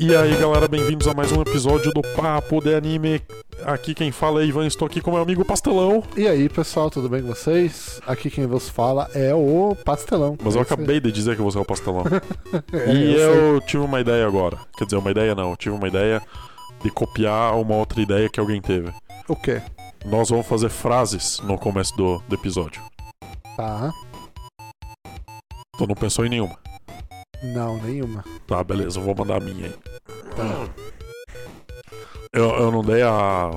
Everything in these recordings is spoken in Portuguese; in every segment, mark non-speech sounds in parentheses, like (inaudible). E aí galera, bem-vindos a mais um episódio do Papo de Anime. Aqui quem fala é Ivan, estou aqui com meu amigo Pastelão. E aí, pessoal, tudo bem com vocês? Aqui quem vos fala é o Pastelão. Mas eu Esse- acabei de dizer que você é o Pastelão. (laughs) É, E eu sei. eu tive uma ideia agora. Quer dizer, uma ideia não, eu tive uma ideia de copiar uma outra ideia que alguém teve. O quê? Nós vamos fazer frases no começo do, do episódio. Tá. Tu Então não pensou em nenhuma. Não, nenhuma. Tá. Tá, beleza, eu vou mandar a minha aí. Eu, eu não dei a,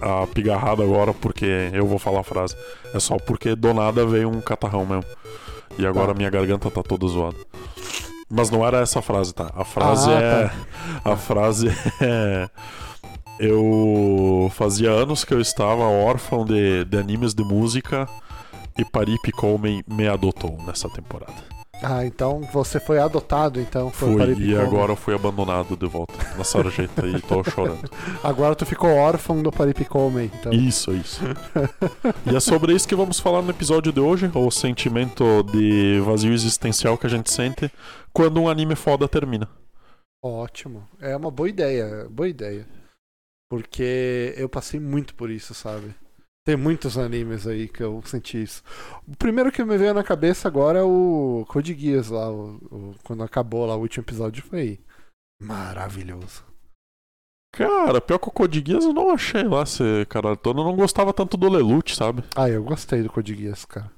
a pigarrada agora porque eu vou falar a frase. É só porque do nada veio um catarrão mesmo. E agora Tá. minha garganta tá toda zoada. Mas não era essa a frase, tá? A frase Ah, é. A frase é. Eu fazia anos que eu estava órfão de, de animes de música e Paripe Colmen me adotou nessa temporada. Ah, então você foi adotado, então. Foi Fui, para e Ipicoma. agora eu fui abandonado de volta na sarjeta e (laughs) tô chorando. Tá Agora tu ficou órfão do Paripicome, então. (laughs) Isso, isso. e é sobre isso que vamos falar no episódio de hoje, o sentimento de vazio existencial que a gente sente quando um anime foda termina. Ótimo. É uma boa ideia, boa ideia. Porque eu passei muito por isso, sabe? Tem muitos animes aí que eu senti isso. O primeiro que me veio na cabeça agora é o Code Geass lá, o- o- quando acabou lá o último episódio foi maravilhoso. Cara, pior que o Code Geass eu não achei lá esse caralho todo. Eu não gostava tanto do Lelouch, sabe? Ah, eu gostei do Code Geass, cara.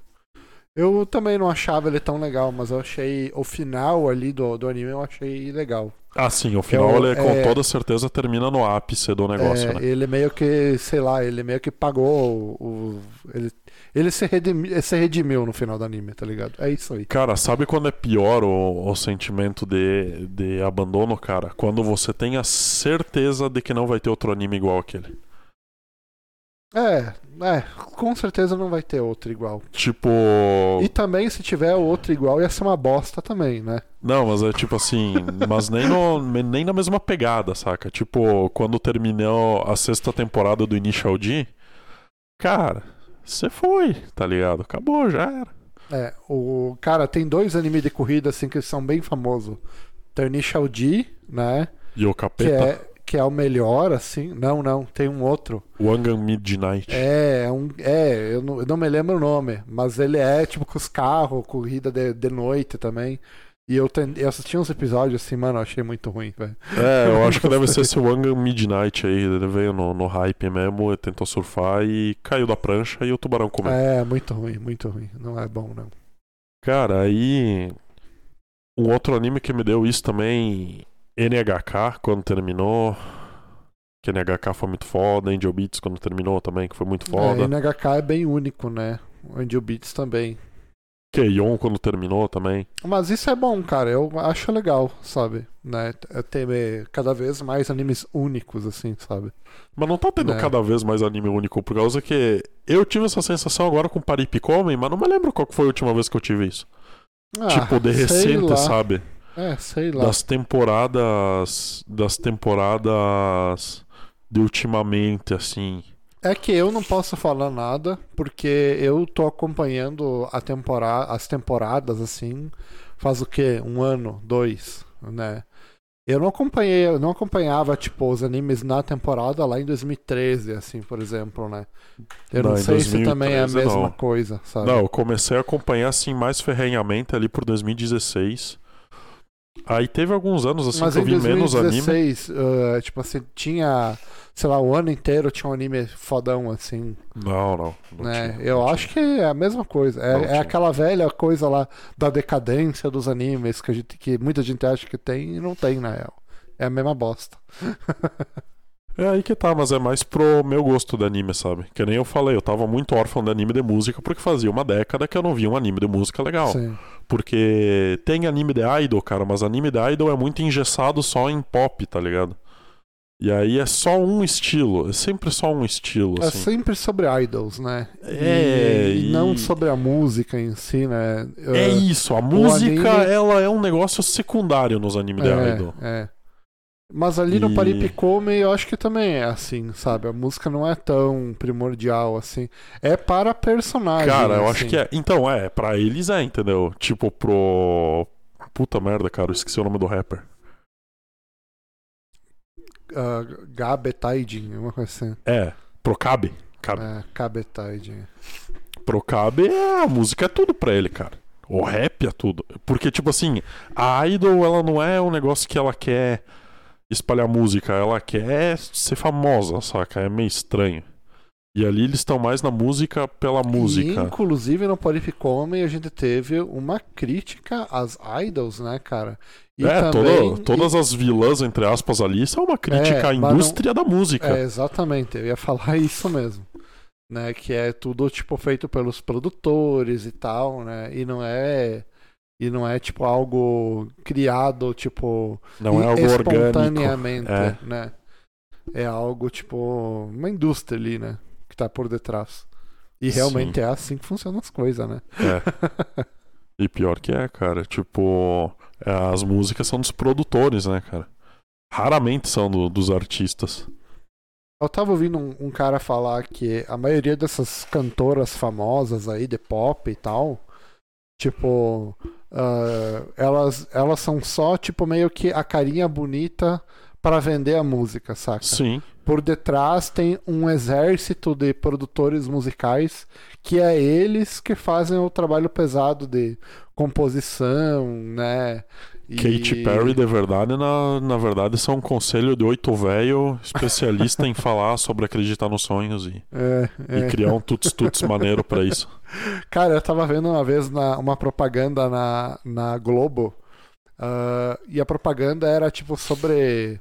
Eu também não achava ele tão legal, mas eu achei o final ali do, do anime eu achei legal. Ah, sim, o final Eu- ele com é- toda certeza termina no ápice do negócio, É, né? Ele meio que, sei lá, ele meio que pagou o. o- ele ele se, redimi, se redimiu no final do anime, tá ligado? É isso aí. Cara, sabe quando é pior o, o sentimento de, de abandono, cara? Quando você tem a certeza de que não vai ter outro anime igual aquele. É, é, com certeza não vai ter outro igual. Tipo. E também, se tiver outro igual, ia ser uma bosta também, né? Não, mas é tipo assim. mas nem, no- nem na mesma pegada, saca? Tipo, quando terminou a sexta temporada do Initial D. Cara, você foi, tá ligado? Acabou, já era. É, o. Cara, tem dois animes de corrida, assim, que são bem famosos. Tem o Initial D, né? E o Que capeta, é, que é o melhor, assim. Não, não, tem um outro. o Angan Midnight. É, é um, é eu, não, eu não me lembro o nome, mas ele é tipo com os carros, corrida de, de noite também. E eu, ten- eu assisti uns episódios assim, mano, eu achei muito ruim, velho. É, eu acho que deve (laughs) ser esse Wangan Midnight aí. Ele veio no, no hype mesmo, ele tentou surfar e caiu da prancha e o tubarão comeu. É, muito ruim, muito ruim. Não é bom, não. Cara, aí. Um outro anime que me deu isso também, NHK, quando terminou. Que NHK foi muito foda, Angel Beats quando terminou também, que foi muito É, foda. NHK é bem único, né? O Angel Beats também. Keion quando terminou também. Mas isso é bom, cara. Eu acho legal, sabe? Né? É Ter eh, cada vez mais animes únicos, assim, sabe? Mas não tá tendo É. cada vez mais anime único, por causa que eu tive essa sensação agora com Paripicomem, mas não me lembro qual que foi a última vez que eu tive isso. Ah, tipo, de sei lá. recente, sabe? É, sei lá. das temporadas das temporadas de ultimamente assim É que eu não posso falar nada, porque eu tô acompanhando a temporada, as temporadas assim, faz o quê? Um ano, dois, né? Eu não acompanhei, eu não acompanhava tipo os animes na temporada lá em 2013, assim, por exemplo, né? Eu não, Não, em sei se também é a 2013 mesma não. coisa, sabe? não eu comecei a acompanhar assim mais ferrenhamente ali por 2016 aí teve alguns anos assim Mas que eu em vi menos anime 2016, ah, tipo assim, tinha, sei lá, o ano inteiro tinha um anime fodão assim. não não, não né? tinha, eu não acho que é a mesma coisa. É, Não é tinha. aquela velha coisa lá da decadência dos animes que, a gente, que muita gente acha que tem e não tem, na real. É a mesma bosta. tinha. é aí que tá mas é mais pro meu gosto de anime sabe que nem eu falei eu tava muito órfão de anime de música porque fazia uma década que eu não via um anime de música legal (laughs) Sim. porque tem anime de idol cara mas anime de idol é muito engessado só em pop tá ligado e aí é só um estilo, é sempre só um estilo, É assim. sempre sobre idols, né? É, E, e não e- sobre a música em si, né? É Uh, isso, a música anime- ela é um negócio secundário nos anime de idol. é, é. Mas ali no E- Paripe Come eu acho que também é assim, sabe? A música não é tão primordial assim. É para personagem. Cara, eu acho assim. que é. Então, é, pra eles é, entendeu? Tipo, pro. Puta merda, cara, eu esqueci o nome do rapper. uh, Gabetaidin, uma coisa assim. É, Procabe. Cabe. É, Gabetaidin. Procabe é a música é tudo pra ele, cara. O rap é tudo. Porque, tipo assim, a Idol ela não é um negócio que ela quer espalhar música, ela quer ser famosa, saca? É meio estranho. E ali eles estão mais na música pela música. E, inclusive no Porific Homem a gente teve uma crítica às idols, né, cara? E é, também- toda- todas as vilãs, entre aspas, ali são uma crítica É, à mas não- indústria da música. É, exatamente, eu ia falar (laughs) isso mesmo. Né, que é tudo tipo feito pelos produtores e tal, né? E não é e não é tipo algo criado tipo não é algo orgânico. espontaneamente, é. né? É algo tipo uma indústria ali, né, que tá por detrás. E Sim. É. realmente é assim que funcionam as coisas, né? E pior que é, cara. Tipo, as músicas são dos produtores, né, cara? Raramente são do- dos artistas. (laughs) Eu tava ouvindo um, um cara falar que a maioria dessas cantoras famosas aí de pop e tal, tipo, ah, elas, elas são só, tipo, meio que a carinha bonita pra vender a música, saca? Sim. Por detrás tem um exército de produtores musicais que é eles que fazem o trabalho pesado de composição, né? E- Katy Perry, de verdade, na, na verdade, são um conselho de oito velho especialista em (laughs) falar sobre acreditar nos sonhos e, É, e é. criar um tuts-tuts maneiro pra isso. Cara, eu tava vendo uma vez na- uma propaganda na, na Globo. ah, e a propaganda era tipo sobre.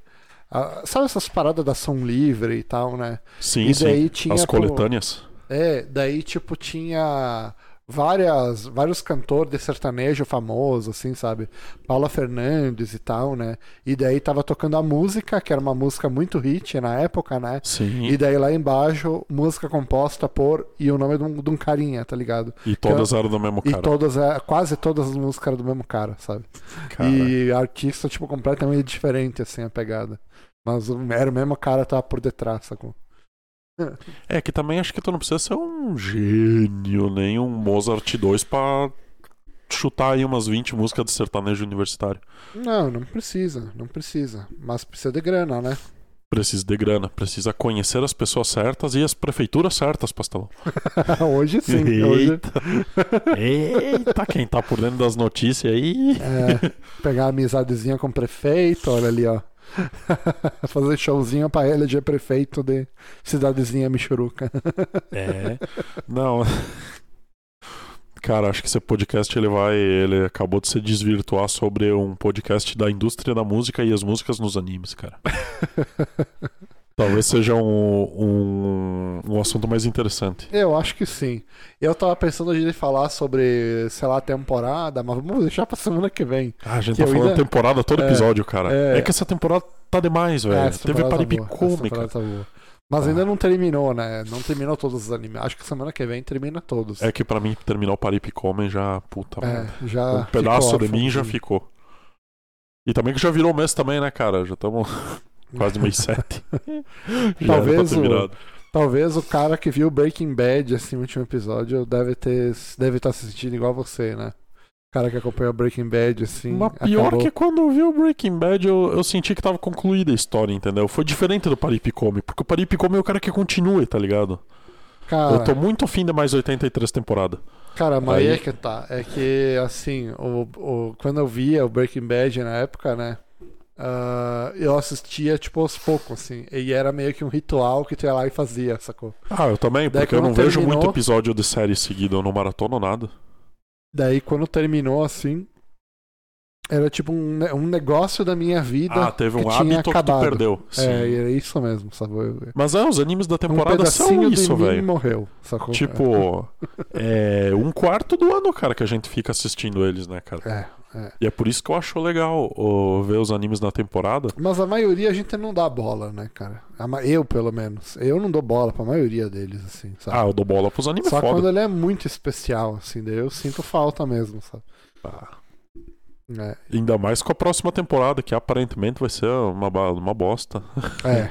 ah, sabe essas paradas da ação livre e tal, né? Sim, e sim. daí tinha. As pô, coletâneas. É, daí tipo tinha várias vários cantores de sertanejo famoso, assim, sabe? Paula Fernandes e tal, né? E daí tava tocando a música, que era uma música muito hit na época, né? Sim. E daí lá embaixo, música composta por. E o nome de um, de um carinha, tá ligado? E, todas eram do mesmo E cara. todas, é, quase todas as músicas eram do mesmo cara, sabe? Cara, E artista, tipo, completamente diferente, assim, a pegada. Mas o- era o mesmo cara que tava por detrás, sacou? É que também acho que tu não precisa ser um gênio, nem um Mozart 2 pra chutar aí umas 20 músicas de sertanejo universitário. Não, não precisa, não precisa. Mas precisa de grana, né? Precisa de grana, precisa conhecer as pessoas certas e as prefeituras certas, pastelão. (laughs) hoje sim, hoje. Eita. Eita, quem tá por dentro das notícias aí. É, pegar uma amizadezinha com o prefeito, olha ali, ó. (laughs) Fazer showzinho pra ele de prefeito de cidadezinha Michuruca. É. Não. Cara, acho que esse podcast ele vai. Ele acabou de se desvirtuar sobre um podcast da indústria da música e as músicas nos animes, (laughs) cara. Talvez seja um, um, um assunto mais interessante. Eu acho que sim. Eu tava pensando de falar sobre, sei lá, a temporada, mas vamos deixar pra semana que vem. Ah, a gente Que tá eu falando ainda- temporada todo É, episódio, cara. É, é. que essa temporada tá demais, velho. É, essa Teve temporada tá Paripi boa, essa Cômica. Ah. temporada tá boa. Mas ainda não terminou, né? Não terminou todos os animes. Acho que semana que vem termina todos. É que pra mim terminar o Paripi Come já. Puta merda. É, já. Um pedaço ficou de mim já órfão. ficou. E também que já virou mês também, né, cara? Já estamos quase (laughs) mês sete. Já era pra Talvez ter o- virado. Talvez o cara que viu Breaking Bad, assim, no último episódio, deve ter. Deve estar se sentindo igual você, né? O cara que acompanhou Breaking Bad, assim. Mas pior acabou. que quando eu vi o Breaking Bad, eu, eu senti que tava concluída a história, entendeu? Foi diferente do Paripicome, porque o Paripicome é o cara que continua, tá ligado? Cara, Eu tô muito afim de mais 83 temporada. Cara, mas aí Aí- é que tá. É que, assim, o, o, quando eu via o Breaking Bad na época, né? ah, eu assistia, tipo, aos poucos, assim. E era meio que um ritual que tu ia lá e fazia, sacou? Ah, eu também, Daí porque eu quando não vejo terminou- muito episódio de série seguido, eu não maratono nada. Daí, quando terminou, assim. Era tipo um, ne- um negócio da minha vida. ah, teve um que tinha hábito acabado. que tu perdeu. Sim. é, e era isso mesmo, sacou? Eu- Mas é, os animes da Um temporada são pedacinho de isso, mim velho. morreu, sacou? Tipo, é um quarto do ano, cara, que a gente fica assistindo eles, né, cara? É, é. E é por isso que eu acho legal ó, ver os animes na temporada. Mas a maioria a gente não dá bola, né, cara? A ma- Eu, pelo menos. Eu não dou bola pra maioria deles, assim, sabe? Ah, eu dou bola pros animes Só foda. quando ele é muito especial, assim, daí eu sinto falta mesmo, sabe? Ah, É, Ainda mais com a próxima temporada, que aparentemente vai ser uma, ba- uma bosta. é.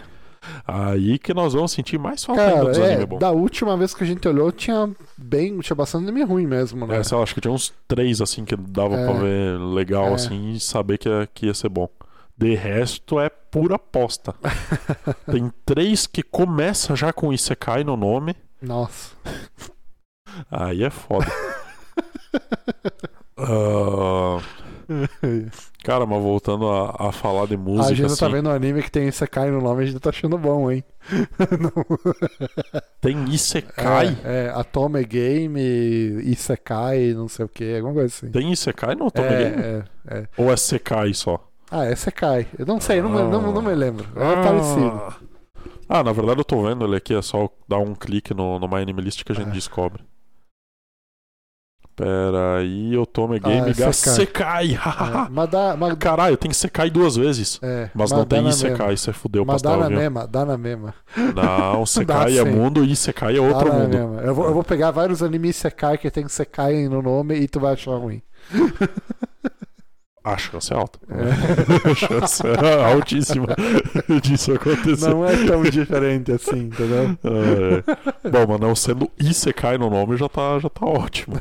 Aí que nós vamos sentir mais falta ainda dos cara, é, animes bons. da última vez que a gente olhou, tinha bem, tinha bastante anime ruim mesmo, né? É, sei lá, acho que tinha uns três assim que dava É. pra ver legal, É. assim, e saber que, ia- que ia ser bom. De resto é pura (laughs) aposta. Tem três que começa já com Isekai no nome. Nossa. Aí é foda. Ah, cara, mas voltando a, a falar de (laughs) música. a gente assim, tá vendo um anime que tem Isekai no nome, a gente tá achando bom, hein? (laughs) Não. Tem Isekai. É, é Atome Game, Isekai, não sei o que, alguma coisa assim. Tem Isekai no Otome Game? É, é, é. Ou é Sekai só? Ah, é Sekai. Eu não sei, não, me- não, não me lembro. É parecido. Ah, na verdade eu tô vendo ele aqui, é só dar um clique no, no My Anime List que a gente Ah. descobre. Pera aí, eu tomo game Ah, é ga Sekai. Sekai. (laughs) É, mas dá, mas, Caralho, tem Sekai duas vezes. é, Mas não dá tem na Isekai, você fudeu o Mas dá pastel, na viu? mesma, dá na mesma. Não, Sekai (laughs) Dá é sim. mundo e Isekai é outro dá na mundo. mesma. Eu vou, eu vou pegar vários animes Sekai que tem Sekai no nome e tu vai achar ruim. A chance é alta. É. a chance é (laughs) altíssima disso acontecer. Não é tão diferente assim, (laughs) entendeu? É. Bom, mas não sendo Isekai no nome já tá, já tá ótimo.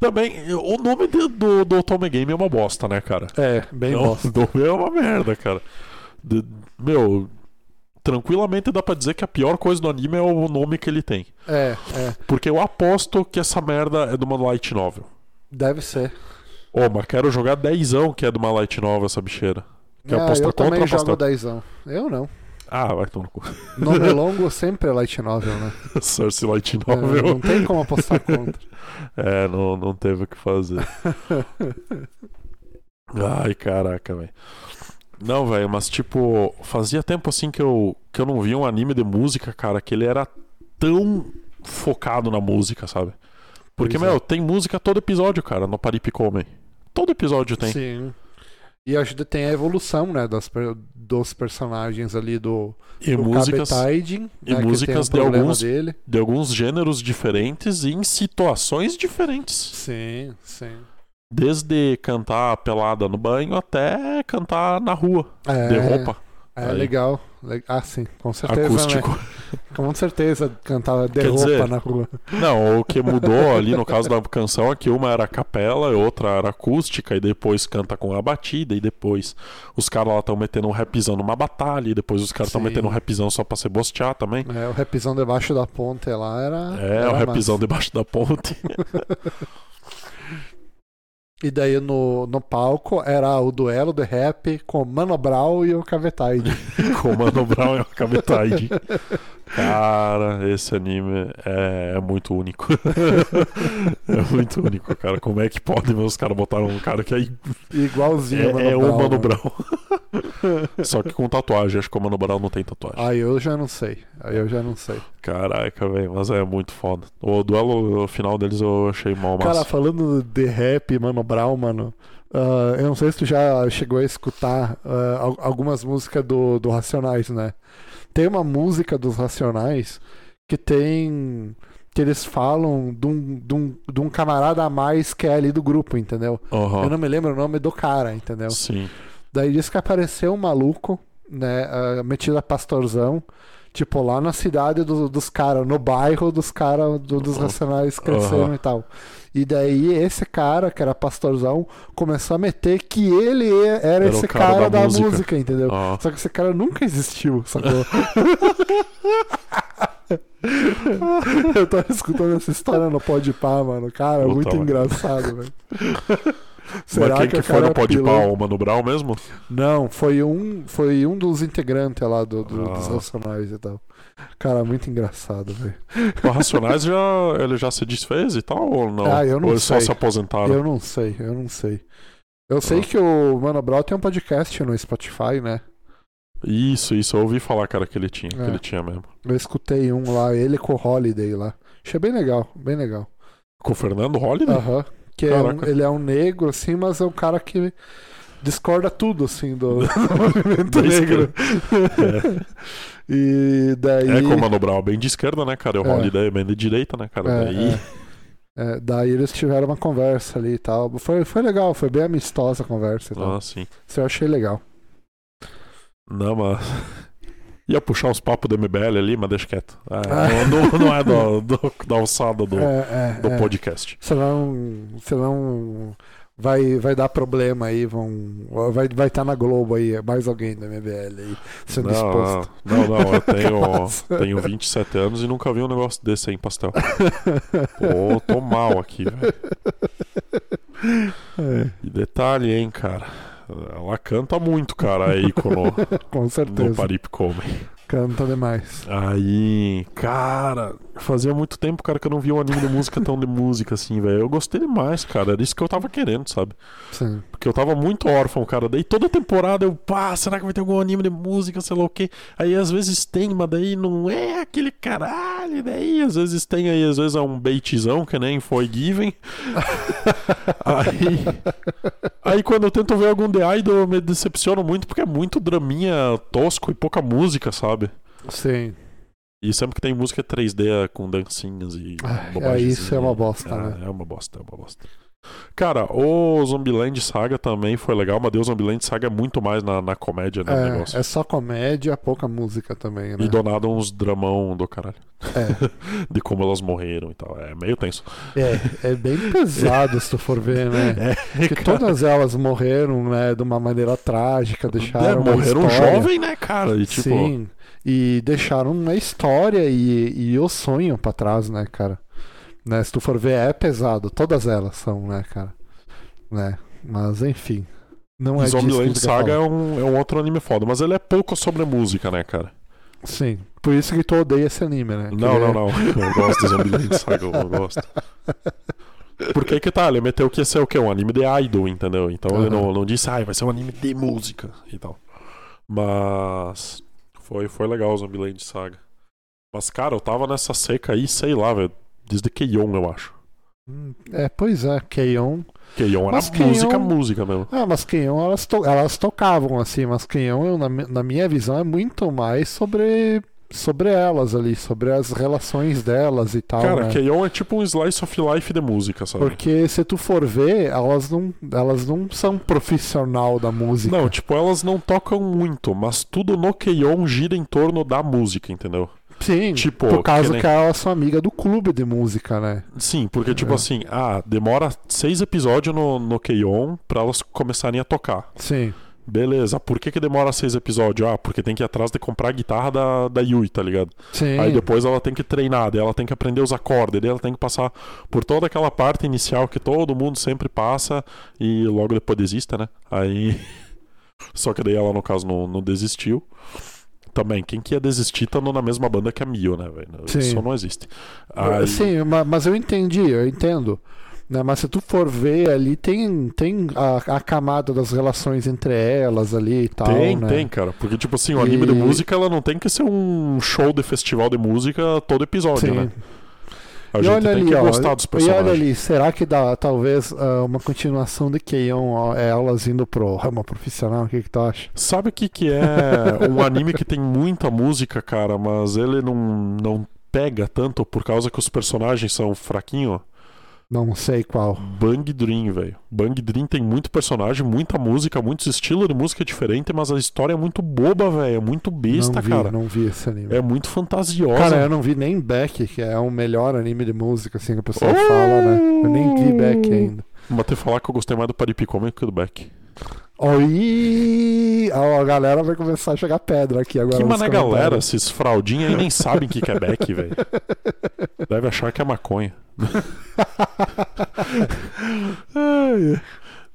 Também, o nome de- do, do Otome Game é uma bosta, né, cara? É, bem Não, bosta. (laughs) o nome é uma merda, cara. De- meu, tranquilamente dá pra dizer que a pior coisa do anime é o nome que ele tem. É, é. Porque eu aposto que essa merda é de uma light novel. Deve ser. Ô, mas quero jogar dezão que é de uma light novel essa bicheira. Quer Ah, apostar eu também contra, jogo apostar- dezão. Eu não. Ah, vai tomar no cu. (laughs) Nome longo sempre é light novel, né? Source light É, novel. não tem (laughs) como apostar contra. É, não, não teve o que (laughs) fazer. Ai, caraca, velho. Não, velho, mas tipo, fazia tempo assim que eu, que eu não via um anime de música, cara, que ele era tão focado na música, sabe? Porque, Pois é. meu, tem música todo episódio, cara, no Paripicome. Todo episódio tem. Sim. E ajuda tem a evolução, né, das, per- dos personagens ali do, E do músicas Kabe Taijin, né, que tem músicas de um problema alguns- dele. de alguns gêneros diferentes e em situações diferentes. Sim, sim. Desde cantar pelada no banho até cantar na rua, É, de roupa, É Aí. legal. Le- Ah, sim, com certeza, né? acústico. Com certeza cantava de Quer roupa dizer, na rua. (laughs) Não, o que mudou ali no caso da canção é que uma era a capela e outra era acústica, e depois canta com a batida, e depois os caras lá estão metendo um rapzão numa batalha, e depois os caras estão Sim. metendo um rapzão só pra se bostear também. É, o rapzão debaixo da ponte lá era. É, Ah, era o rapzão massa. debaixo da ponte. (laughs) E daí no, no palco era o duelo de rap com o Mano Brown e o (laughs) Cavetaide. É, com o Mano Brown e o Cabetaide. Cara, esse anime é, é muito único. (laughs) é muito único, cara. Como é que pode ver os caras botaram um cara que é, Igualzinho é, é o o Mano Mano Brown. né? Brown? né? (laughs) Só que com tatuagem. Acho que o Mano Brown não tem tatuagem. Aí eu já não sei. Aí eu já não sei. Caraca, velho, mas é muito foda. O duelo o final deles eu achei mal Cara, massa. falando de rap, Mano Brown, mano. ah, eu não sei se tu já chegou a escutar ah, al- algumas músicas do, do Racionais, né? Tem uma música dos Racionais que tem. que eles falam de um, de um, de um camarada a mais que é ali do grupo, entendeu? Aham, Eu não me lembro o nome do cara, entendeu? Sim. Daí diz que apareceu um maluco, né? ah, metido a pastorzão. Tipo, lá na cidade do- dos caras, no bairro dos caras, do- dos Uhum. racionais cresceram Uhum. e tal. E daí esse cara, que era pastorzão, começou a meter que ele e- era, o esse cara cara, da da, música. música. entendeu? Ah. Só que esse cara nunca existiu, (laughs) sacou? (laughs) Eu tava escutando essa história no Podpah, mano. Cara, é Puta, muito mano. engraçado, velho. Mas quem que, o foi cara é no Pode pilou? Pau? O Mano Brown mesmo? Não, foi um, foi um dos integrantes lá do, do- Ah. dos Racionais e tal. Cara, muito engraçado, velho. O Racionais já, ele já se desfez e tal? Ou não? Ah, eu não ou eles só sei. se aposentaram? Eu não sei, eu não sei. Eu sei Ah. que o Mano Brown tem um podcast no Spotify, né? Isso, isso. Eu ouvi falar, cara, que ele tinha. Que É. ele tinha mesmo. Eu escutei um lá, ele com o Holiday lá. Achei bem legal, bem legal. Com o Fernando Holliday? Aham. Que é um- Hum. Caraca. ele é um negro, assim, mas é um cara que discorda tudo, assim, do, (laughs) (laughs) do Da movimento negro. (laughs) E daí. É com o Mano Brown, bem de esquerda, né, cara? E O É. Holliday é bem de direita, né, cara? É, Daí... é. É, daí eles tiveram uma conversa ali e tal. Foi, foi legal, foi bem amistosa a conversa e tal. Ah, sim. Isso eu achei legal. Não, mas. (laughs) Ia puxar uns papos do MBL ali, mas deixa quieto. É, Ah. não, não- não é do- do- da alçada do, é, é, do é. podcast. Será um. Será um. vai, vai dar problema aí, vão. Vai estar vai tá na Globo aí, mais alguém do MBL aí sendo Não, exposto. não, não, não, eu (laughs) Capaz. tenho, tenho 27 anos e nunca vi um negócio desse aí em pastel. Pô, tô mal aqui, velho. (laughs) É, E detalhe, hein, cara. Ela canta muito, cara, a ícono (laughs) com no certeza. Parip Comedy. Canta demais. Aí, cara, fazia muito tempo, cara, que eu não via um anime de música tão de música assim, velho. Eu gostei demais, cara. Era isso que eu tava querendo, sabe? Sim. Porque eu tava muito órfão, cara. Daí toda temporada eu, pá, será que vai ter algum anime de música, sei lá o quê? Aí às vezes tem, mas daí não é aquele caralho. Daí às vezes tem, aí às vezes é um baitzão, que nem foi Given. aí, aí quando eu tento ver algum The Idol, eu me decepciono muito, porque é muito draminha tosco e pouca música, sabe? (laughs) Sim. E sempre que tem música é 3D é com dancinhas e Ah, bobagens é, isso é uma bosta, Ah, né? É uma bosta, é uma bosta. Cara, o Zombieland Saga também foi legal, mas Deus, Zombieland Saga é muito mais na, na comédia, né? o negócio. É, é só comédia, pouca música também, né? E do nada uns dramão do caralho. É. (laughs) De como elas morreram e tal. É meio tenso. É, é bem pesado se tu for ver, né? É, Porque todas elas morreram, né, de uma maneira trágica, é, deixaram uma morreram história. jovem, né, cara? E tipo, Sim. E deixaram uma história e, e o sonho pra trás, né, cara? Né, se tu for ver, é pesado. Todas elas são, né, cara? Né? Mas enfim. Não é disso que a Zombieland gente quer Saga é falar. um, é um outro anime foda, mas ele é pouco sobre música, né, cara? Sim. Por isso que tu odeia esse anime, né? Não, Que- não, não. Eu gosto de Zombieland Saga, eu não gosto. Porque que tá, ele meteu que ia ser o quê? Um anime de idol, entendeu? Então ele não, Aham. não disse, ai, vai ser um anime de música e tal. Mas foi, foi legal o Zombieland Saga. Mas, cara, eu tava nessa seca aí, sei lá, velho. Desde Keion, eu acho. Hum, (laughs) É, pois é, Keion. Keion era Mas Keion- música, música mesmo. Ah, mas Keion elas, to- elas tocavam assim, mas Keion, eu, na, mi- na minha visão, é muito mais sobre sobre elas ali, sobre as relações delas e tal. Cara, né? Keion é tipo um slice of life de música, sabe? Porque se tu for ver, elas não, elas não são profissional da música. Não, tipo, elas não tocam muito, mas tudo no Keion gira em torno da música, entendeu? Sim, tipo, por causa que que, nem- elas são amiga do clube de música, né? Sim, porque tipo É. assim, ah, demora seis episódios no, no Keion pra elas começarem a tocar. Sim, Beleza, por que, que demora seis episódios? Ah, porque tem que ir atrás de comprar a guitarra da, da Yui, tá ligado? sim. Aí depois ela tem que treinar, daí ela tem que aprender os acordes, daí ela tem que passar por toda aquela parte inicial que todo mundo sempre passa e logo depois desista, né? Aí. (laughs) Só que daí ela, no caso, não, não desistiu. Também, quem que ia desistir tá no- na mesma banda que a Mio, né, velho? Sim. É, Isso não existe. Aí- Ah, Sim, ma- mas eu entendi, eu entendo. Né? Mas se tu for ver ali, tem, tem a, a camada das relações entre elas ali e tal. Tem, né? tem, cara. Porque, tipo assim, o anime de E- música, ela não tem que ser um show de festival de música todo episódio, Sim. né? A E gente olha tem ali, que ó, gostar dos E olha personagens. ali, será que dá talvez ah, uma continuação de Keion, ó, elas indo pro ramo profissional? O que, que tu acha? Sabe o que, que é um anime que tem muita música, cara, mas ele não, não pega tanto por causa que os personagens são fraquinhos? Não sei qual. Bang Dream, velho. Bang Dream tem muito personagem, muita música, muitos estilos de música diferente, mas a história é muito boba, velho. É muito besta, não vi, cara. Não vi esse anime. É muito fantasiosa. Cara, eu não vi nem Beck, que é o melhor anime de música, assim, que o pessoal Oh! fala, né? Eu nem vi Beck ainda. Mas ter que falar que eu gostei mais do Paripicoma que do Beck. Oi! Ó, a galera vai começar a jogar pedra aqui agora. Que nos mané galera, um comentários. esses fraldinhos aí nem sabem o que, que é (laughs) Beck, velho. Deve achar que é maconha. Ai.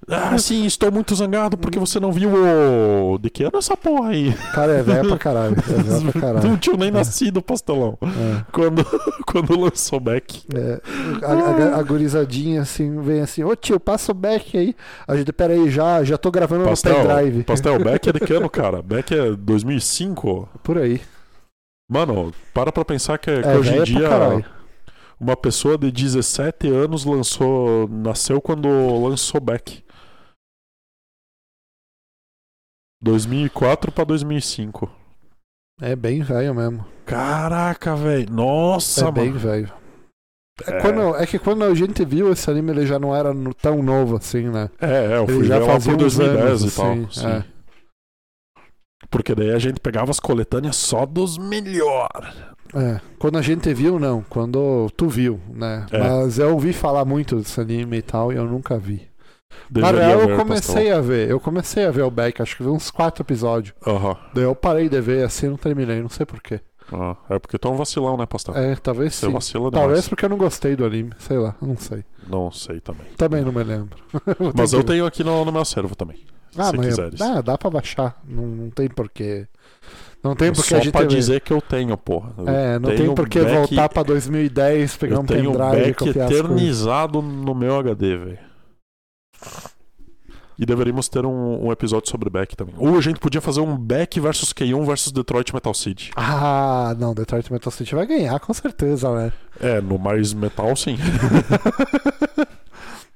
ah, sim, estou muito zangado porque você não viu o. De que ano essa porra aí? Cara, é velho pra caralho. (laughs) É velho Não pra caralho. tinha nem nascido, pastelão. É. Quando, (laughs) quando lançou Beck. É, a, a- a gurizadinha assim vem assim, ô tio, passa o Beck aí. A gente, pera aí, já, já tô gravando Pastel, no pendrive. pastel, Beck é de que ano, cara? Beck é 2005? Por aí. Mano, para pra pensar que, que É, hoje em velho pra dia. caralho. Uma pessoa de 17 anos lançou. Nasceu quando lançou Beck. 2004 pra 2005. É bem velho mesmo. Caraca, velho. Nossa, é bem mano. velho. É, quando- é que quando a gente viu esse anime, ele já não era no- tão novo assim, né? É, é, eu Ele fui já ver lá fazia por uns 2010 anos, e tal. assim, sim. é. Porque daí a gente pegava as coletâneas só dos melhores. É, quando a gente viu, não. Quando tu viu, né? É. Mas eu ouvi falar muito desse anime e tal, e eu nunca vi. Na Deveria real, eu tá haver comecei a ver. Eu comecei a ver o Beck, acho que vi uns quatro episódios. pastel. Aham. Daí eu parei de ver assim não terminei, não sei porquê. Ah, É porque tu é um vacilão, né, Pastel? É, talvez Você sim. vacila demais. Talvez porque eu não gostei do anime, sei lá, não sei. Não sei também. Também não me lembro. (laughs) Vou ter Mas que eu ver. tenho aqui no, no meu acervo também. Ah, se mas quiseres. Ah, dá pra baixar. Não, não tem porquê. Não tem porquê Só a gente. pra ver. dizer que eu tenho, porra. Eu É, não tem tenho um porquê back- voltar pra 2010, pegar Eu um tenho pendrive e back copiar as coisas. eternizado no meu HD, velho. E deveríamos ter um, um episódio sobre back também. Ou a gente podia fazer um back versus K1 versus Detroit Metal City. Ah, não, Detroit Metal City vai ganhar, com certeza, né? É, no mais metal, sim.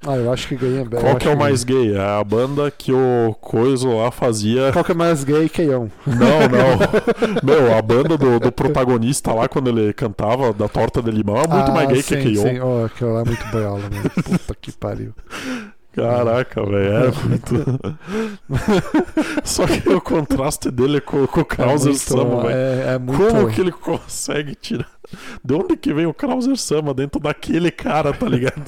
Ah, eu acho que ganha bem. eu Qual que acho é o mais gay? É a banda que o Coiso lá fazia. Qual que é mais gay que eu? Não, não. Meu, a banda do, do protagonista lá, quando ele cantava da torta de limão, é muito Ah, mais gay sim, que K1. Sim, oh, aquilo lá é muito boiola, mano. Puta (laughs) que pariu. Caraca, velho, é (laughs) muito. Só que o contraste dele com, com o Krauser É muito- Sama, velho. é, é muito. Como que ele consegue tirar? De onde que vem o Krauser Sama dentro daquele cara, tá ligado? (laughs)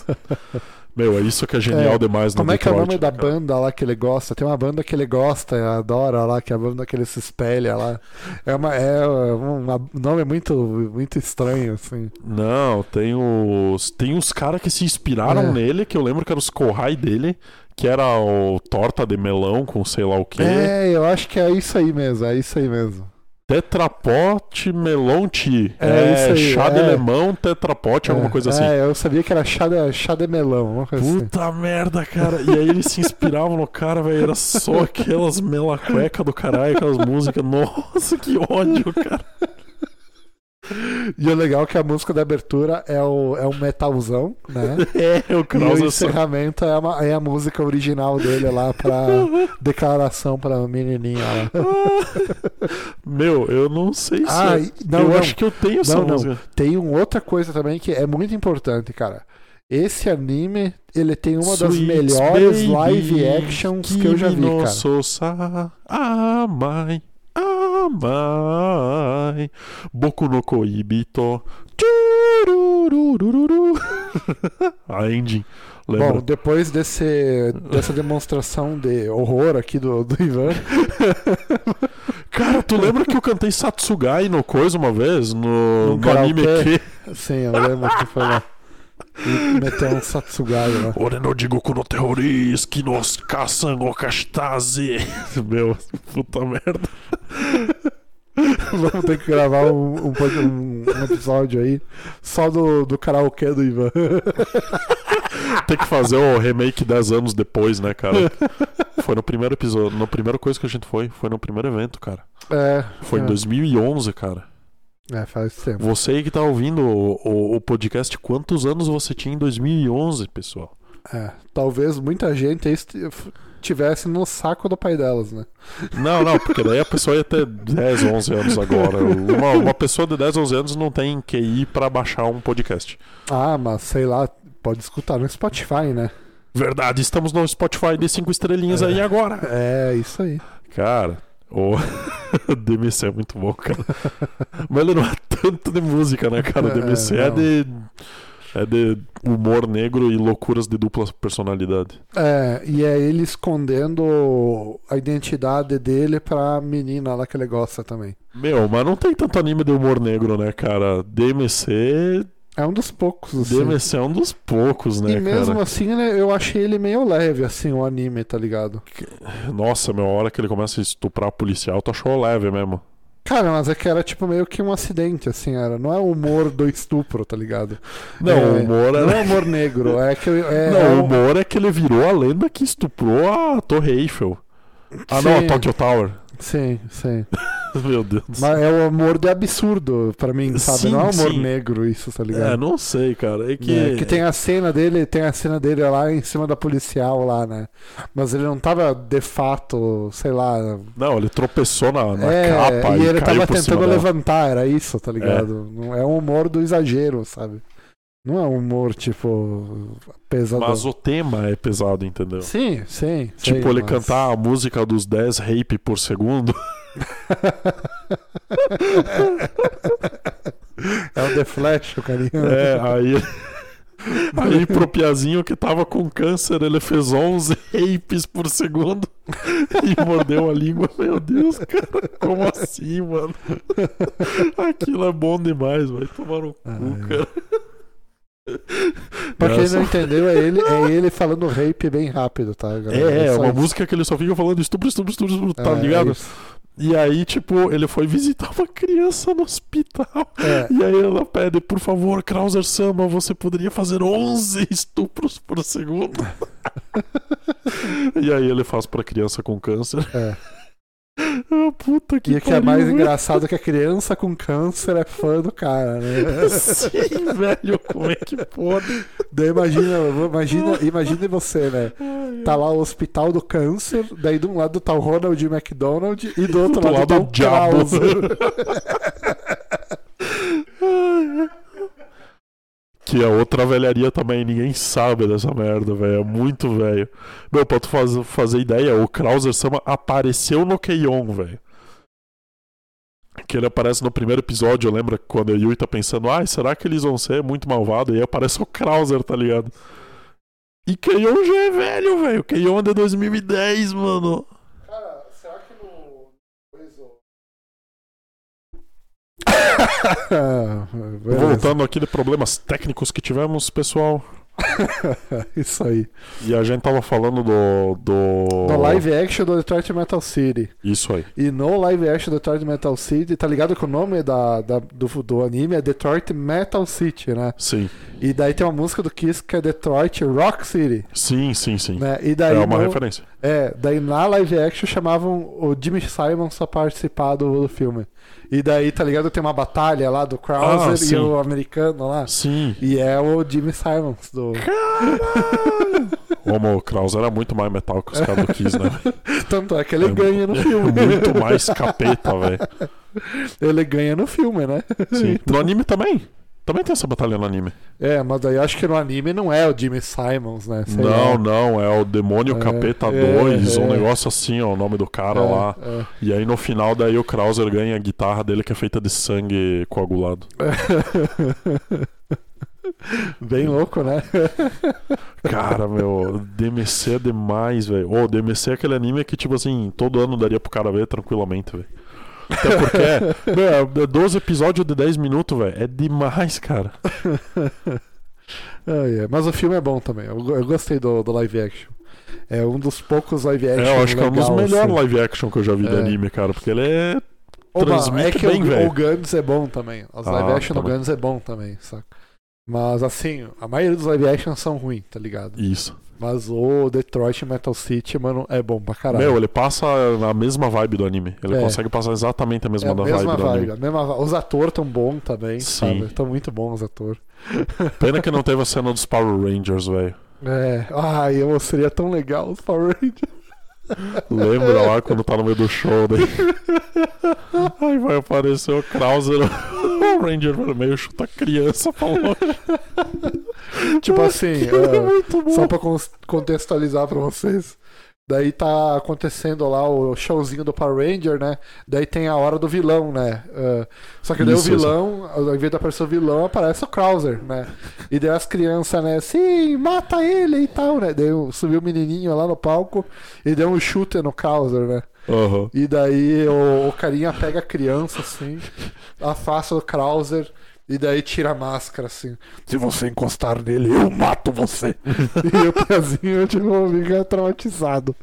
Meu, é isso que é genial É, demais no Como é que é o Detroit, nome da né, cara? banda lá que ele gosta? Tem uma banda que ele gosta, adora lá, que é a banda que ele se espelha lá. É, uma, é um uma- um nome muito, muito estranho, assim. Não, tem os. Tem os caras que se inspiraram É. nele, que eu lembro que era os Kohai dele, que era o torta de melão com sei lá o quê. É, eu acho que é isso aí mesmo, é isso aí mesmo. Tetrapote melonte. É, isso aí, chá de é. limão, tetrapote, alguma É, coisa assim. É, eu sabia que era chá de, chá de melão, uma coisa assim. Puta merda, cara. E aí eles se inspiravam no cara, velho. Era só aquelas melacuecas do caralho, aquelas músicas. Nossa, que ódio, cara. E o legal é que a música da abertura é, o, é um metalzão, (laughs) né? É, o E o Krauser Sama. encerramento é, uma- é a música original dele lá pra (laughs) declaração pra menininha lá. Meu, eu não sei se. é- Ah, e- não, eu não. acho que eu tenho essa Não, não. música. Tem uma outra coisa também que é muito importante, cara. Esse anime, ele tem uma das Sweet melhores baby, live actions que eu já vi, Kimi no cara. Sosa, amai, amai, boku no koibito, tchurururururu. (laughs) A ending, Bom, lembra? depois desse, dessa demonstração de horror aqui do, do (laughs) Ivan, Cara, tu lembra que eu cantei Satsugai no Coisa uma vez? No, No no anime karaokê? que... sim, eu lembro que foi lá. E meteu um Satsugai lá. Ore no Jigoku no Terroris, que nos caçam o Kashitaze. (laughs) Meu, puta merda. Vamos ter que gravar um, um pod- um- um episódio aí só do, do karaokê do Ivan. (laughs) Tem que fazer o remake 10 anos depois, né, cara? Foi no primeiro episódio, na primeira coisa que a gente foi, foi no primeiro evento, cara. É, Foi em é. 2011, cara. É, faz tempo. Você aí que tá ouvindo o, o- o podcast, quantos anos você tinha em 2011, pessoal? É, talvez muita gente aí esti- f- tivesse no saco do pai delas, né? Não, não, porque daí a pessoa ia ter 10, 11 anos agora. Uma, uma pessoa de 10, 11 anos não tem QI pra baixar um podcast. Ah, mas sei lá, pode escutar no Spotify, né? Verdade, estamos no Spotify de 5 estrelinhas aí agora. É, isso aí. Cara, o (laughs) DMC é muito bom, cara. Mas ele não é tanto de música, né, cara? O É, DMC é, não. de. É de humor negro e loucuras de dupla personalidade. É, e é ele escondendo a identidade dele pra menina lá que ele gosta também. Meu, mas não tem tanto anime de humor negro, né, cara? DMC. É um dos poucos, assim. DMC é um dos poucos, né, e mesmo cara? assim, né, eu achei ele meio leve, assim, o anime, tá ligado? Nossa, meu, a hora que ele começa a estuprar policial, tu achou leve mesmo. Cara, mas é que era tipo meio que um acidente, assim, era. Não é o humor do estupro, tá ligado? Não, É, o humor Não era. é humor negro, é que. É, (laughs) é Não, o um- humor é que ele virou a lenda que estuprou a Torre Eiffel. Ah, não, a Sim. Tokyo Tower. Sim, sim. (laughs) Meu Deus do Mas é o amor de absurdo pra mim, sabe? Sim, não é um amor sim. negro isso, tá É, ligado? não sei, cara. É que. É, que tem a cena dele, tem a cena dele lá em cima da policial lá, né? Mas ele não tava de fato, sei lá. Não, ele tropeçou na, na é, capa e e ele caiu tava por tentando cima dela. levantar, era isso, tá ligado? Não é um humor do exagero, sabe? Não é um humor, tipo, pesado. Mas o tema é pesado, entendeu? Sim, sim. tipo, sim, ele mas- (laughs) cantar a música dos 10 rape por segundo. é o The Flash, o carinha. (laughs) (laughs) É, aí. Aí pro Piazinho que tava com câncer, ele fez 11 apes por segundo (laughs) e mordeu a língua. Meu Deus, cara, como assim, mano? Aquilo é bom demais, vai tomar no cu, Ai. cara. Pra quem Essa- não entendeu, é ele, é ele falando rape bem rápido, tá, galera? É, é só uma isso. música que ele só fica falando estupro, estupro, estupro, estupro tá É, ligado? É, isso. E aí, tipo, ele foi visitar uma criança no hospital. (laughs) É. E aí ela pede, por favor, Krauser Sama, você poderia fazer 11 estupros por segundo? (laughs) e aí ele faz pra criança com câncer. É. Ah, puta que E o que é mais pariu, né? engraçado é que a criança com câncer é fã do cara, né? velho. (laughs) Sim, velho, como é que pode? Daí imagina, imagina, imagine você, né? Ai, Tá lá o hospital do câncer, daí de um lado tá o Ronald McDonald e do outro Do lado, lado tá o o diabo. (laughs) Krauser. Que é outra velharia também, ninguém sabe dessa merda, velho. É muito velho. Meu, pra tu faz- fazer ideia, o Krauser Sama apareceu no Keion, velho. Que ele aparece no primeiro episódio, eu lembro quando a Yui tá pensando, ai, será que eles vão ser muito malvados? E aí aparece o Krauser, tá ligado? E Keion já é velho, velho. Keion é de 2010, mano. Cara, será que no. Ah, é Voltando aqui de problemas técnicos que tivemos, pessoal. (laughs) Isso aí. E a gente tava falando do. Do, No live action do Detroit Metal City. Isso aí. E no live action do Detroit Metal City, tá ligado que o nome da, da- do, do anime é Detroit Metal City, né? Sim. E daí tem uma música do Kiss que é Detroit Rock City. Sim, sim, sim. Né? E daí É uma no- referência. É, daí na live action chamavam o Jimmy Simons pra participar do, do filme. E daí, tá ligado? Tem uma batalha lá do Ah, Krauser sim. e o americano lá. Sim. E é o Jimmy Simons do. O Homo Kraus era muito mais metal que os caras do Kiss, né? (laughs) Tanto é que ele ganha no filme. Muito mais capeta, velho. Ele ganha no filme, né? Sim. No anime também? Também tem essa batalha no anime. É, mas daí eu acho que no anime não é o Jimmy Simons, né? Sei não, lá. não, é o Demônio É, Capeta é, 2, um é. negócio assim, ó, o nome do cara É, lá. é. E aí no final daí o Krauser ganha a guitarra dele que é feita de sangue coagulado. é. (laughs) Bem (laughs) louco, né? Cara, meu, DMC é demais, velho. Ô, DMC é aquele anime que, tipo assim, todo ano daria pro cara ver tranquilamente, velho. Até (laughs) porque, meu, é 12 episódios de 10 minutos, velho. É demais, cara. Ai, ai. Mas o filme é bom também. Eu, go- eu gostei do, do live action. É um dos poucos live action. É, eu acho que é um dos legal, melhores assim. live action que eu já vi de É. anime, cara. Porque ele é. Oba, Transmite é que bem, o, velho. o Guns é bom também. As live Ah, action do também. Guns é bom também, saca? Mas assim, a maioria dos live action são ruins, tá ligado? Isso. Mas o Detroit Metal City, mano, é bom pra caralho. Meu, ele passa a mesma vibe do anime. Ele É. consegue passar exatamente a mesma, é a da mesma vibe, do vibe, anime. a mesma va- Os atores tão bons também, Sim. sabe? Tão muito bons os atores. Pena que não teve a cena dos Power Rangers, velho. É. Ai, eu seria tão legal os Power Rangers. Lembra lá quando tá no meio do show, né? daí. (laughs) Aí vai aparecer o Krauser, (laughs) o Ranger vermelho chuta a criança falou. (laughs) Tipo assim, (laughs) (laughs) é é, muito bom. Só pra con- contextualizar pra vocês. Daí tá acontecendo lá o showzinho do Power Ranger, né? Daí tem a hora do vilão, né? Ah, só que daí Isso, o vilão, ao invés de aparecer o vilão, aparece o Krauser, né? E daí as crianças, né? Sim, mata ele e tal, né? Daí subiu o menininho lá no palco e deu um chute no Krauser, né? Aham. E daí o, o carinha pega a criança, assim, afasta o Krauser e daí tira a máscara, assim. Se você encostar nele, eu (laughs) mato você. e o pezinho de novo fica traumatizado.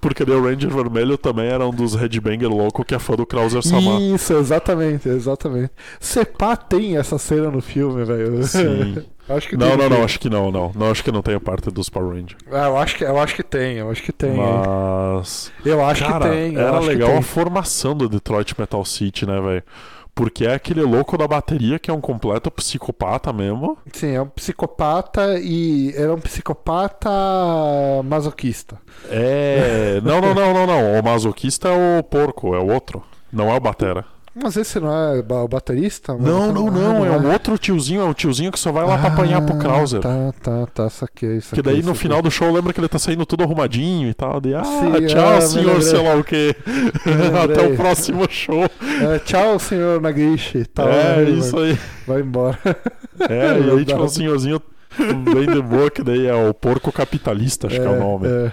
Porque daí o Ranger vermelho também era um dos headbanger louco que é fã do Krauser Samar. Isso, exatamente, exatamente. Sepá tem essa cena no filme, velho. Sim. (laughs) Acho que Não, tem não, no não, acho que não, não. Não, acho que não tem a parte dos Power Rangers. filme. Ah, eu acho que eu acho que tem, eu acho que tem. hein? Mas. Eu acho Cara, que tem. eu era acho que legal tem. a formação do Detroit Metal City, né, velho? Porque é aquele louco da bateria que é um completo psicopata mesmo. Sim, é um psicopata e era um psicopata masoquista. É. Não, não, não, não, não. O masoquista é o porco, é o outro. Não é o Batera. Mas esse não é ba- o baterista? Não, não, não. Ah, É um outro tiozinho, é um tiozinho que só vai lá pra apanhar pro Ah, Krauser. Tá, tá, tá, saquei, saquei. Que daí no saquei. final do show lembra que ele tá saindo tudo arrumadinho e tal. De, ah, Sim, tchau, ah, me senhor, sei lembrei. lá o quê. (laughs) Me Até o lembrei. próximo show. É, tchau, senhor Nagishi. Tá, é, vai- (laughs) isso aí. Vai embora. É, e aí, tipo, Leonardo. um senhorzinho bem de boa, que daí é o porco capitalista, acho que é o nome. É,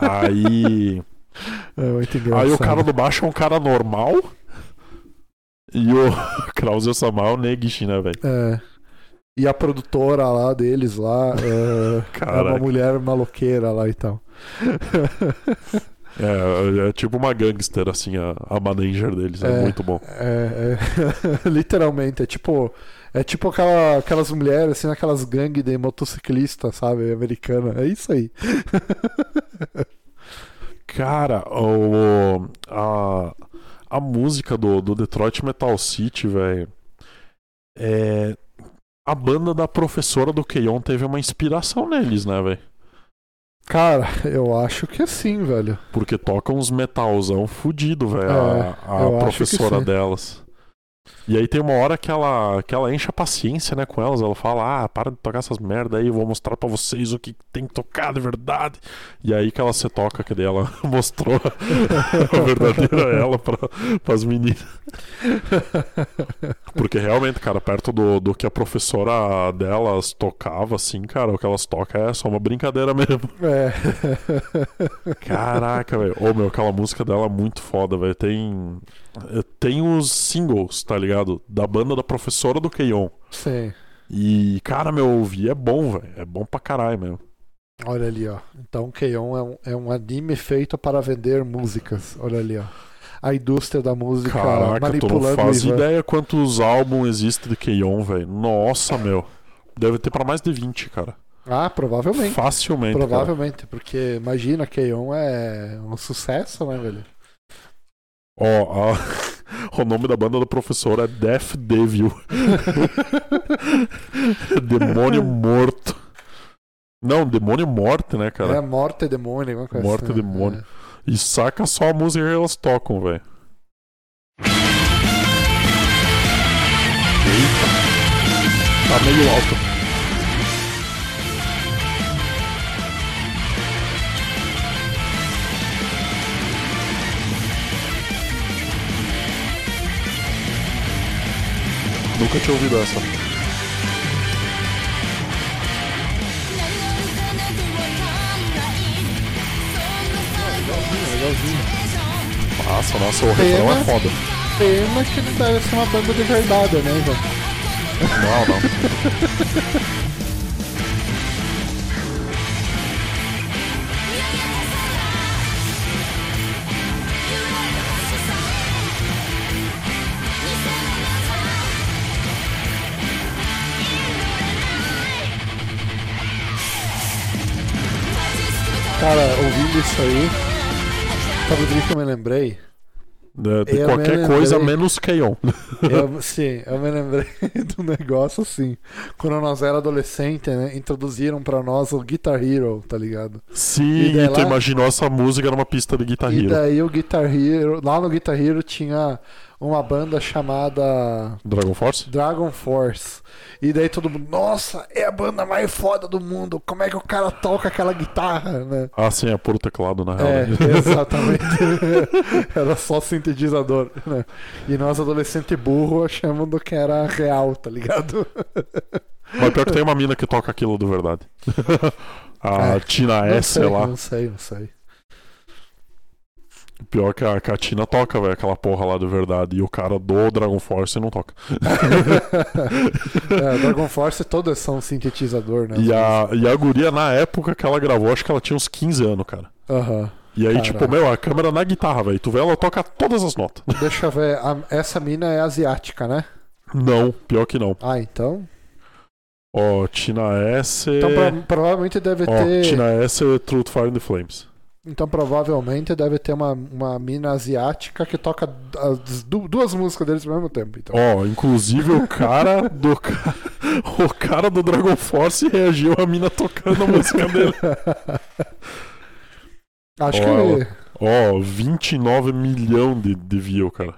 Aí. é muito engraçado. Aí o cara do baixo é um cara normal. E o (laughs) Krause Osama é o Negish, né, velho? É. E a produtora lá deles lá (laughs) é, é uma Caraca. mulher maloqueira lá e tal. É, é tipo uma gangster, assim, a, a manager deles. É, É. muito bom. É, é, (laughs) literalmente, é tipo. É tipo aquela- aquelas mulheres, assim, naquelas gangue de motociclista, sabe? Americana. É isso aí. Cara, o, a, a música do, do Detroit Metal City, velho. É. A banda da professora do Keion teve uma inspiração neles, né, velho? Cara, (laughs) eu acho que é sim, velho. Porque toca uns metalzão fudido, velho, É, a, a eu acho que professora sim. delas. E aí tem uma hora que ela, que ela enche a paciência, né, com elas. Ela fala, ah, para de tocar essas merda aí, eu vou mostrar pra vocês o que tem que tocar de verdade. E aí que ela se toca, que daí ela (laughs) mostrou a verdadeira ela pra, pras meninas. Porque realmente, cara, perto do, do que a professora delas tocava, assim, cara, o que elas tocam é só uma brincadeira mesmo. É. (laughs) Caraca, velho. Ô, meu, aquela música dela é muito foda, velho. Tem. eh, Tem os singles, tá ligado? Da banda da professora do Keion. Sim. E, cara, meu, ouvir é bom, velho. É bom pra caralho mesmo. Olha ali, ó. Então, Keion é um, é um anime feito para vender músicas. Olha ali, ó. A indústria da música Caraca, tu não manipulando o faz Ivan. ideia quantos álbuns existem de Keion, velho. Nossa, meu. Deve ter pra mais de 20, cara. Ah, provavelmente. Facilmente. cara. Provavelmente, porque imagina, Keion é um sucesso, né, velho? Ó, (laughs) a- o nome da banda da professora é Death Devil. (laughs) Demônio morto. Não, demônio morte, né, cara? É morte e demônio, alguma coisa Morte e assim, né? demônio. E saca só a música que elas tocam, velho. Eita. Tá meio alto. Nunca tinha ouvido essa. Nossa, nossa, o refrão é Pena. foda. Pena que não deve ser uma banda de verdade, né, velho? Não, não. Cara, ouvindo isso aí, sabe do que eu me lembrei? Né, De, de Eu me qualquer lembrei. coisa menos Keion. Eu, sim, eu me lembrei (laughs) do negócio assim. Quando nós era adolescente, né? Introduziram pra nós o Guitar Hero, tá ligado? (laughs) Sim, E daí e tu lá- imaginou essa música numa pista de Guitar E Hero. daí o Guitar Hero, lá no Guitar Hero tinha uma banda chamada Dragon Force? Dragon Force. E daí todo mundo, nossa, é a banda mais foda do mundo. Como é que o cara toca aquela guitarra, né? Ah, sim, é puro teclado, na real. É, né? exatamente. (laughs) era só sintetizador, né? E nós, adolescente burro, achamos do que era real, (laughs) tá ligado? Mas pior que tem uma mina que toca aquilo de verdade. a É, Tina não S, sei lá. Não sei, (laughs) não sei. Pior que a, que a Tina toca, velho, aquela porra lá de verdade. E o cara do Dragon Force não toca. É, (laughs) Dragon Force todas são sintetizador, né? E a, e a guria, na época que ela gravou, acho que ela tinha uns 15 anos, cara. Aham. E aí, Caraca. tipo, meu, a câmera na guitarra, velho. Tu vê, ela toca todas as notas. (laughs) Deixa eu ver, a- essa mina é asiática, né? Não, pior que não. Ah, então. Ó, Tina S. Então pro- provavelmente deve É. Ó, ter. Tina S, Truth, Fire and the Flames. Então provavelmente deve ter uma, uma mina asiática que toca as du- duas músicas deles ao mesmo tempo. Então. Ó, inclusive o cara do ca- (laughs) o cara do Dragon Force reagiu a mina tocando a (laughs) música dele. (laughs) Acho Ó, que. Ó, 29 milhão de, de view, cara.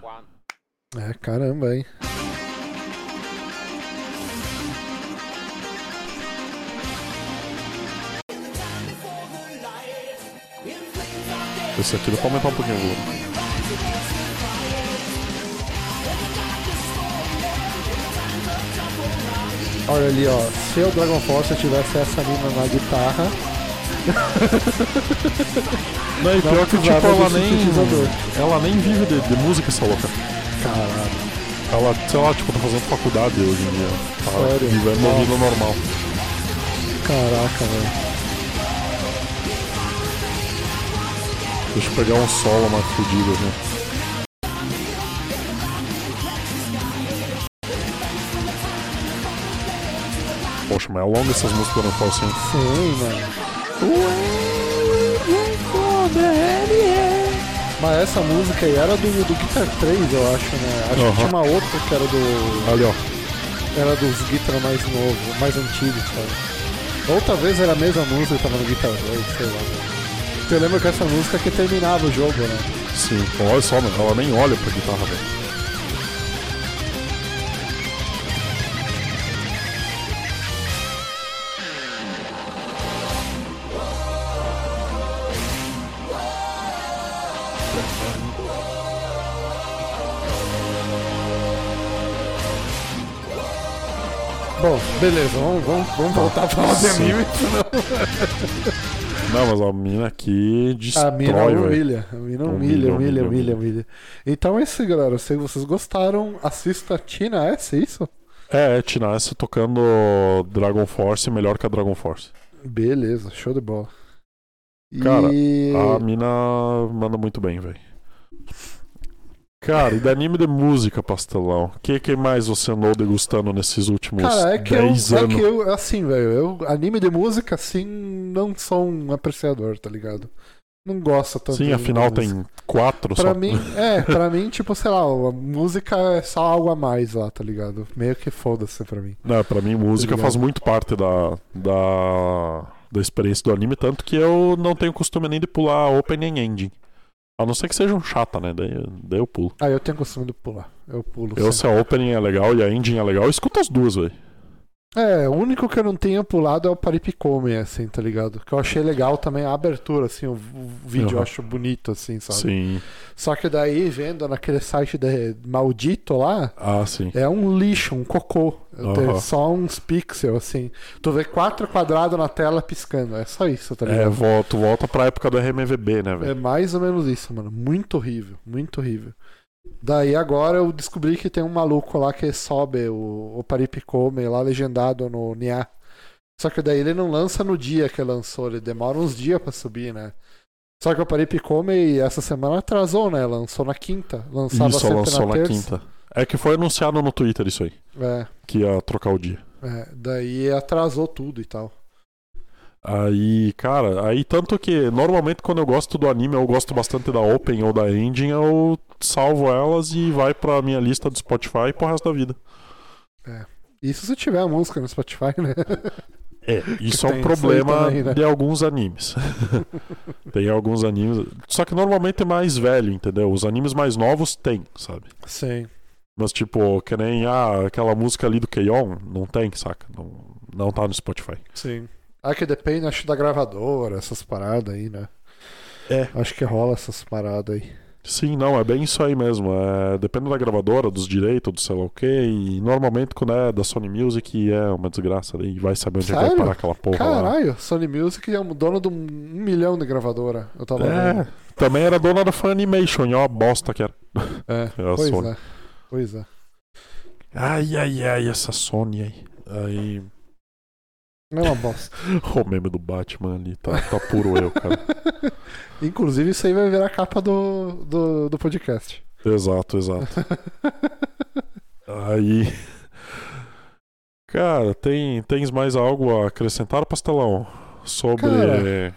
É, caramba, hein? Esse aqui dá pra aumentar um pouquinho o volume. Olha ali, ó. Se o Dragon Force tivesse essa mina na guitarra, Não, e Não pior que, tipo, precisava ela do sintetizador. nem. Ela nem vive de, de música, essa louca. caralho. Ela, sei lá, tipo, tá fazendo faculdade hoje em dia. Ela Sério? vive uma Nossa. vida normal. Caraca, velho. Deixa eu pegar um solo né? mais fudido aqui. Poxa, mas é longa essas músicas do Fall assim. Sim, mano. Mas essa música aí era do, do Guitar 3, eu acho, né? Acho Aham. que tinha uma outra que era do. Ali, ó. Era dos Guitar mais novos, mais antigos, sabe? Ou talvez era a mesma música que tava no Guitar 2, sei lá. Eu lembro que essa música que terminava o jogo, né? Sim, olha só, mano. Ela nem olha pra guitarra, velho. Bom, beleza, vamos, vamos, vamos voltar a tá falar de Sim. anime. (laughs) Não, mas a mina aqui A mina é destrói, Ah, velho. humilha, a mina Humilha, humilha, humilha, humilha, humilha, humilha. Então é isso, galera. Se vocês gostaram, assista a Tina S, é isso? É, é Tinassi tocando Dragon Force é melhor que a Dragon Force. Beleza, show de bola. E- Cara, A mina manda muito bem, velho. Cara, e de anime de música, pastelão? O que, que mais você andou degustando nesses últimos Cara, é que, eu, 10 é anos? que eu, assim, velho, eu anime de música, assim, não sou um apreciador, tá ligado? Não gosto tanto. Sim, de afinal música. tem quatro Pra só. (laughs) mim, é, pra mim, tipo, sei lá, a música é só algo a mais lá, tá ligado? Meio que foda-se pra mim. Não, pra mim, música Obrigado. faz muito parte da, da, da experiência do anime, tanto que eu não tenho costume nem de pular opening ending. A não ser que seja um chata, né? Daí, daí eu pulo. Ah, eu tenho costume de pular. Eu pulo. Eu, sempre. se a opening é legal e a ending é legal, escuta as duas, velho. É, o único que eu não tenho pulado é o Paripicome, assim, tá ligado? Que eu achei legal também a abertura, assim, o, o vídeo eu Uhum. acho bonito, assim, sabe? Sim. Só que daí, vendo naquele site da maldito lá, Ah, sim. é um lixo, um cocô. Eu tenho Aham. Só uns pixels, assim. Tu vê quatro quadrados na tela piscando. É só isso, tá É, ligado? vol- tu volta pra época do RMVB, né, É, velho? mais ou menos isso, mano. Muito horrível, muito horrível. Daí agora eu descobri que tem um maluco lá que sobe o, o Paripicome lá legendado no Nia. Só que daí ele não lança no dia que lançou, ele demora uns dias pra subir, né? Só que o Paripicome essa semana atrasou, né? Lançou na quinta. É, Lançava isso, sempre lançou na na, terça. quinta. É que foi anunciado no Twitter isso aí, É. que ia trocar o dia. É, daí atrasou tudo e tal. Aí, cara, aí tanto que normalmente quando eu gosto do anime, eu gosto bastante da Open ou da Ending, eu salvo elas e vai pra minha lista do Spotify pro resto da vida. Isso se tiver a música no Spotify, né? É, isso é tem um isso aí problema também, né? de alguns animes. (laughs) tem alguns animes. Só que normalmente é mais velho, entendeu? Os animes mais novos tem, sabe? Sim. Mas, tipo, que nem ah, aquela música ali do Keyon, não tem, saca? Não, não tá no Spotify. Sim. Ah, que depende, acho, da gravadora, essas paradas aí, né? É. Acho que rola essas paradas aí. Sim, não, é bem isso aí mesmo. É, depende da gravadora, dos direitos, do sei lá o quê. E normalmente quando é da Sony Music é uma desgraça. E vai saber onde é que vai Sério? parar aquela porra lá. Caralho, Sony Music é um dono de um um milhão de gravadora. Eu tava vendo. É, também era dona da Funimation, e ó, a bosta que era. É. É a Pois Sony. é. Pois é. Ai, ai, ai, essa Sony aí. Aí, É uma bosta. o meme do Batman ali, tá, tá puro (laughs) eu, cara. (laughs) Inclusive, isso aí vai virar a capa do, do, do podcast. (laughs) Exato, exato. Aí. Cara, tem, tens mais algo a acrescentar, Pastelão? Sobre. Cara,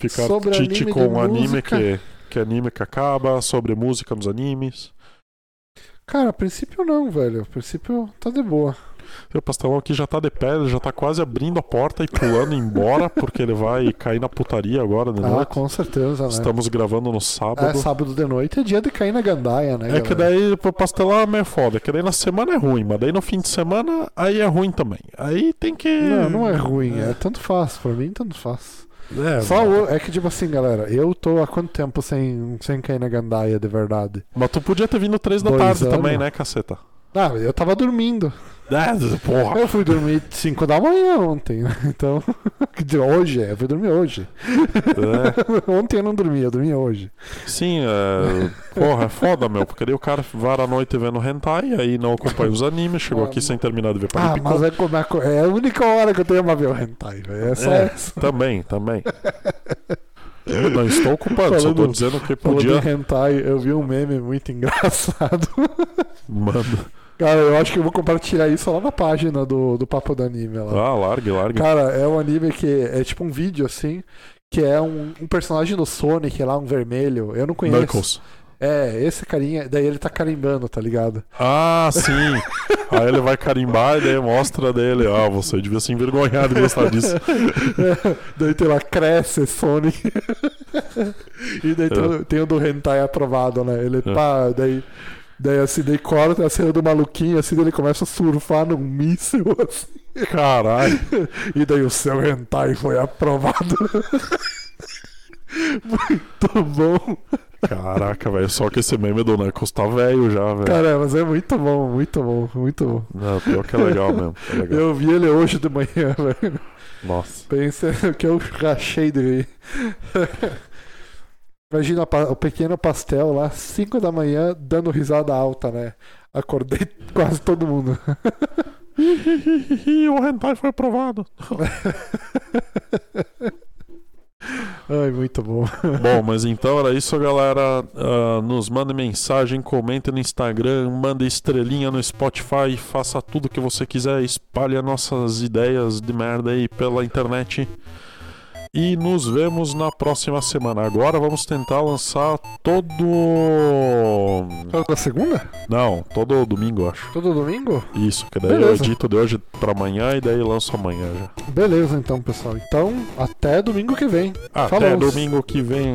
ficar sobre tite anime de com anime música. que, que anime que acaba, sobre música nos animes. Cara, a princípio não, velho. A princípio tá de boa. O Pastelão aqui já tá de pé, ele já tá quase abrindo a porta e pulando (laughs) embora, porque ele vai cair na putaria agora de Ah, noite. com certeza, né? Estamos gravando no É, sábado. sábado de noite é dia de cair na gandaia, né? É que galera? daí pro pastelão é meio foda, que daí na semana é ruim, mas daí no fim de semana aí é ruim também. Aí tem que. Não, não é ruim, é tanto faz, pra mim tanto faz. É, Só mas- o- é que tipo assim, galera, eu tô há quanto tempo sem, sem cair na gandaia de verdade? Mas tu podia ter vindo três da Dois tarde também, anos. né, caceta? Ah, eu tava dormindo. Ah, porra. Eu (laughs) fui dormir 5 da manhã ontem, né? Então, (laughs) que de hoje é, eu fui dormir hoje. (laughs) É. Ontem eu não dormi, eu dormi hoje. Sim, é... porra, é foda, meu. Porque daí o cara vara a noite vendo hentai, aí não acompanha os animes, chegou Ah, aqui sem terminar Tá de ver Ah, Paripicô. mas é, como é, co- é a única hora que eu tenho pra ver o hentai, velho. É só É, essa. Também, também. Eu não estou ocupando, só tô Falando- dizendo que Falando podia. em hentai, eu vi um meme muito (laughs) engraçado. Mano. Cara, eu acho que eu vou compartilhar isso lá na página do, do Papo do Anime lá. Ah, largue, largue. Cara, é um anime que é tipo um vídeo assim, que é um, um personagem do Sonic lá, um vermelho. Eu não conheço. Knuckles. É, esse carinha, daí ele tá carimbando, tá ligado? Ah, sim. (laughs) Aí ele vai carimbar e daí mostra dele. Ah, você devia se envergonhar de gostar disso. (laughs) daí tem lá, cresce, Sonic. (laughs) e daí tem, o- tem o do Hentai aprovado, né? Ele É. pá, daí. Daí assim, daí corta a cena do maluquinho, assim, daí ele começa a surfar num míssil, (laughs) assim. Caralho. E daí o seu hentai foi aprovado. (laughs) muito bom. Caraca, velho. Só que esse meme do Knuckles tá velho já, velho. Cara, mas é muito bom, muito bom, muito bom. Não, pior que é legal mesmo. É legal. Eu vi ele hoje de manhã, (laughs) velho. Nossa. Pensa no que eu rachei dele. (laughs) Imagina pa- o pequeno pastel lá, 5 da manhã, dando risada alta, né? Acordei (laughs) quase todo mundo. (laughs) Ih, (laughs) o hentai foi aprovado. Ai, muito bom. Bom, mas então era isso, galera. Ah, nos mande mensagem, comente no Instagram, manda estrelinha no Spotify, faça tudo que você quiser, espalhe nossas ideias de merda aí pela internet. E nos vemos na próxima semana. Agora vamos tentar lançar todo. Toda segunda? Não, todo domingo, eu acho. Todo domingo? Isso, que daí eu Beleza. edito de hoje pra amanhã e daí lanço amanhã já. Beleza, então, pessoal. Então, até domingo que vem. Até Falou. domingo que vem.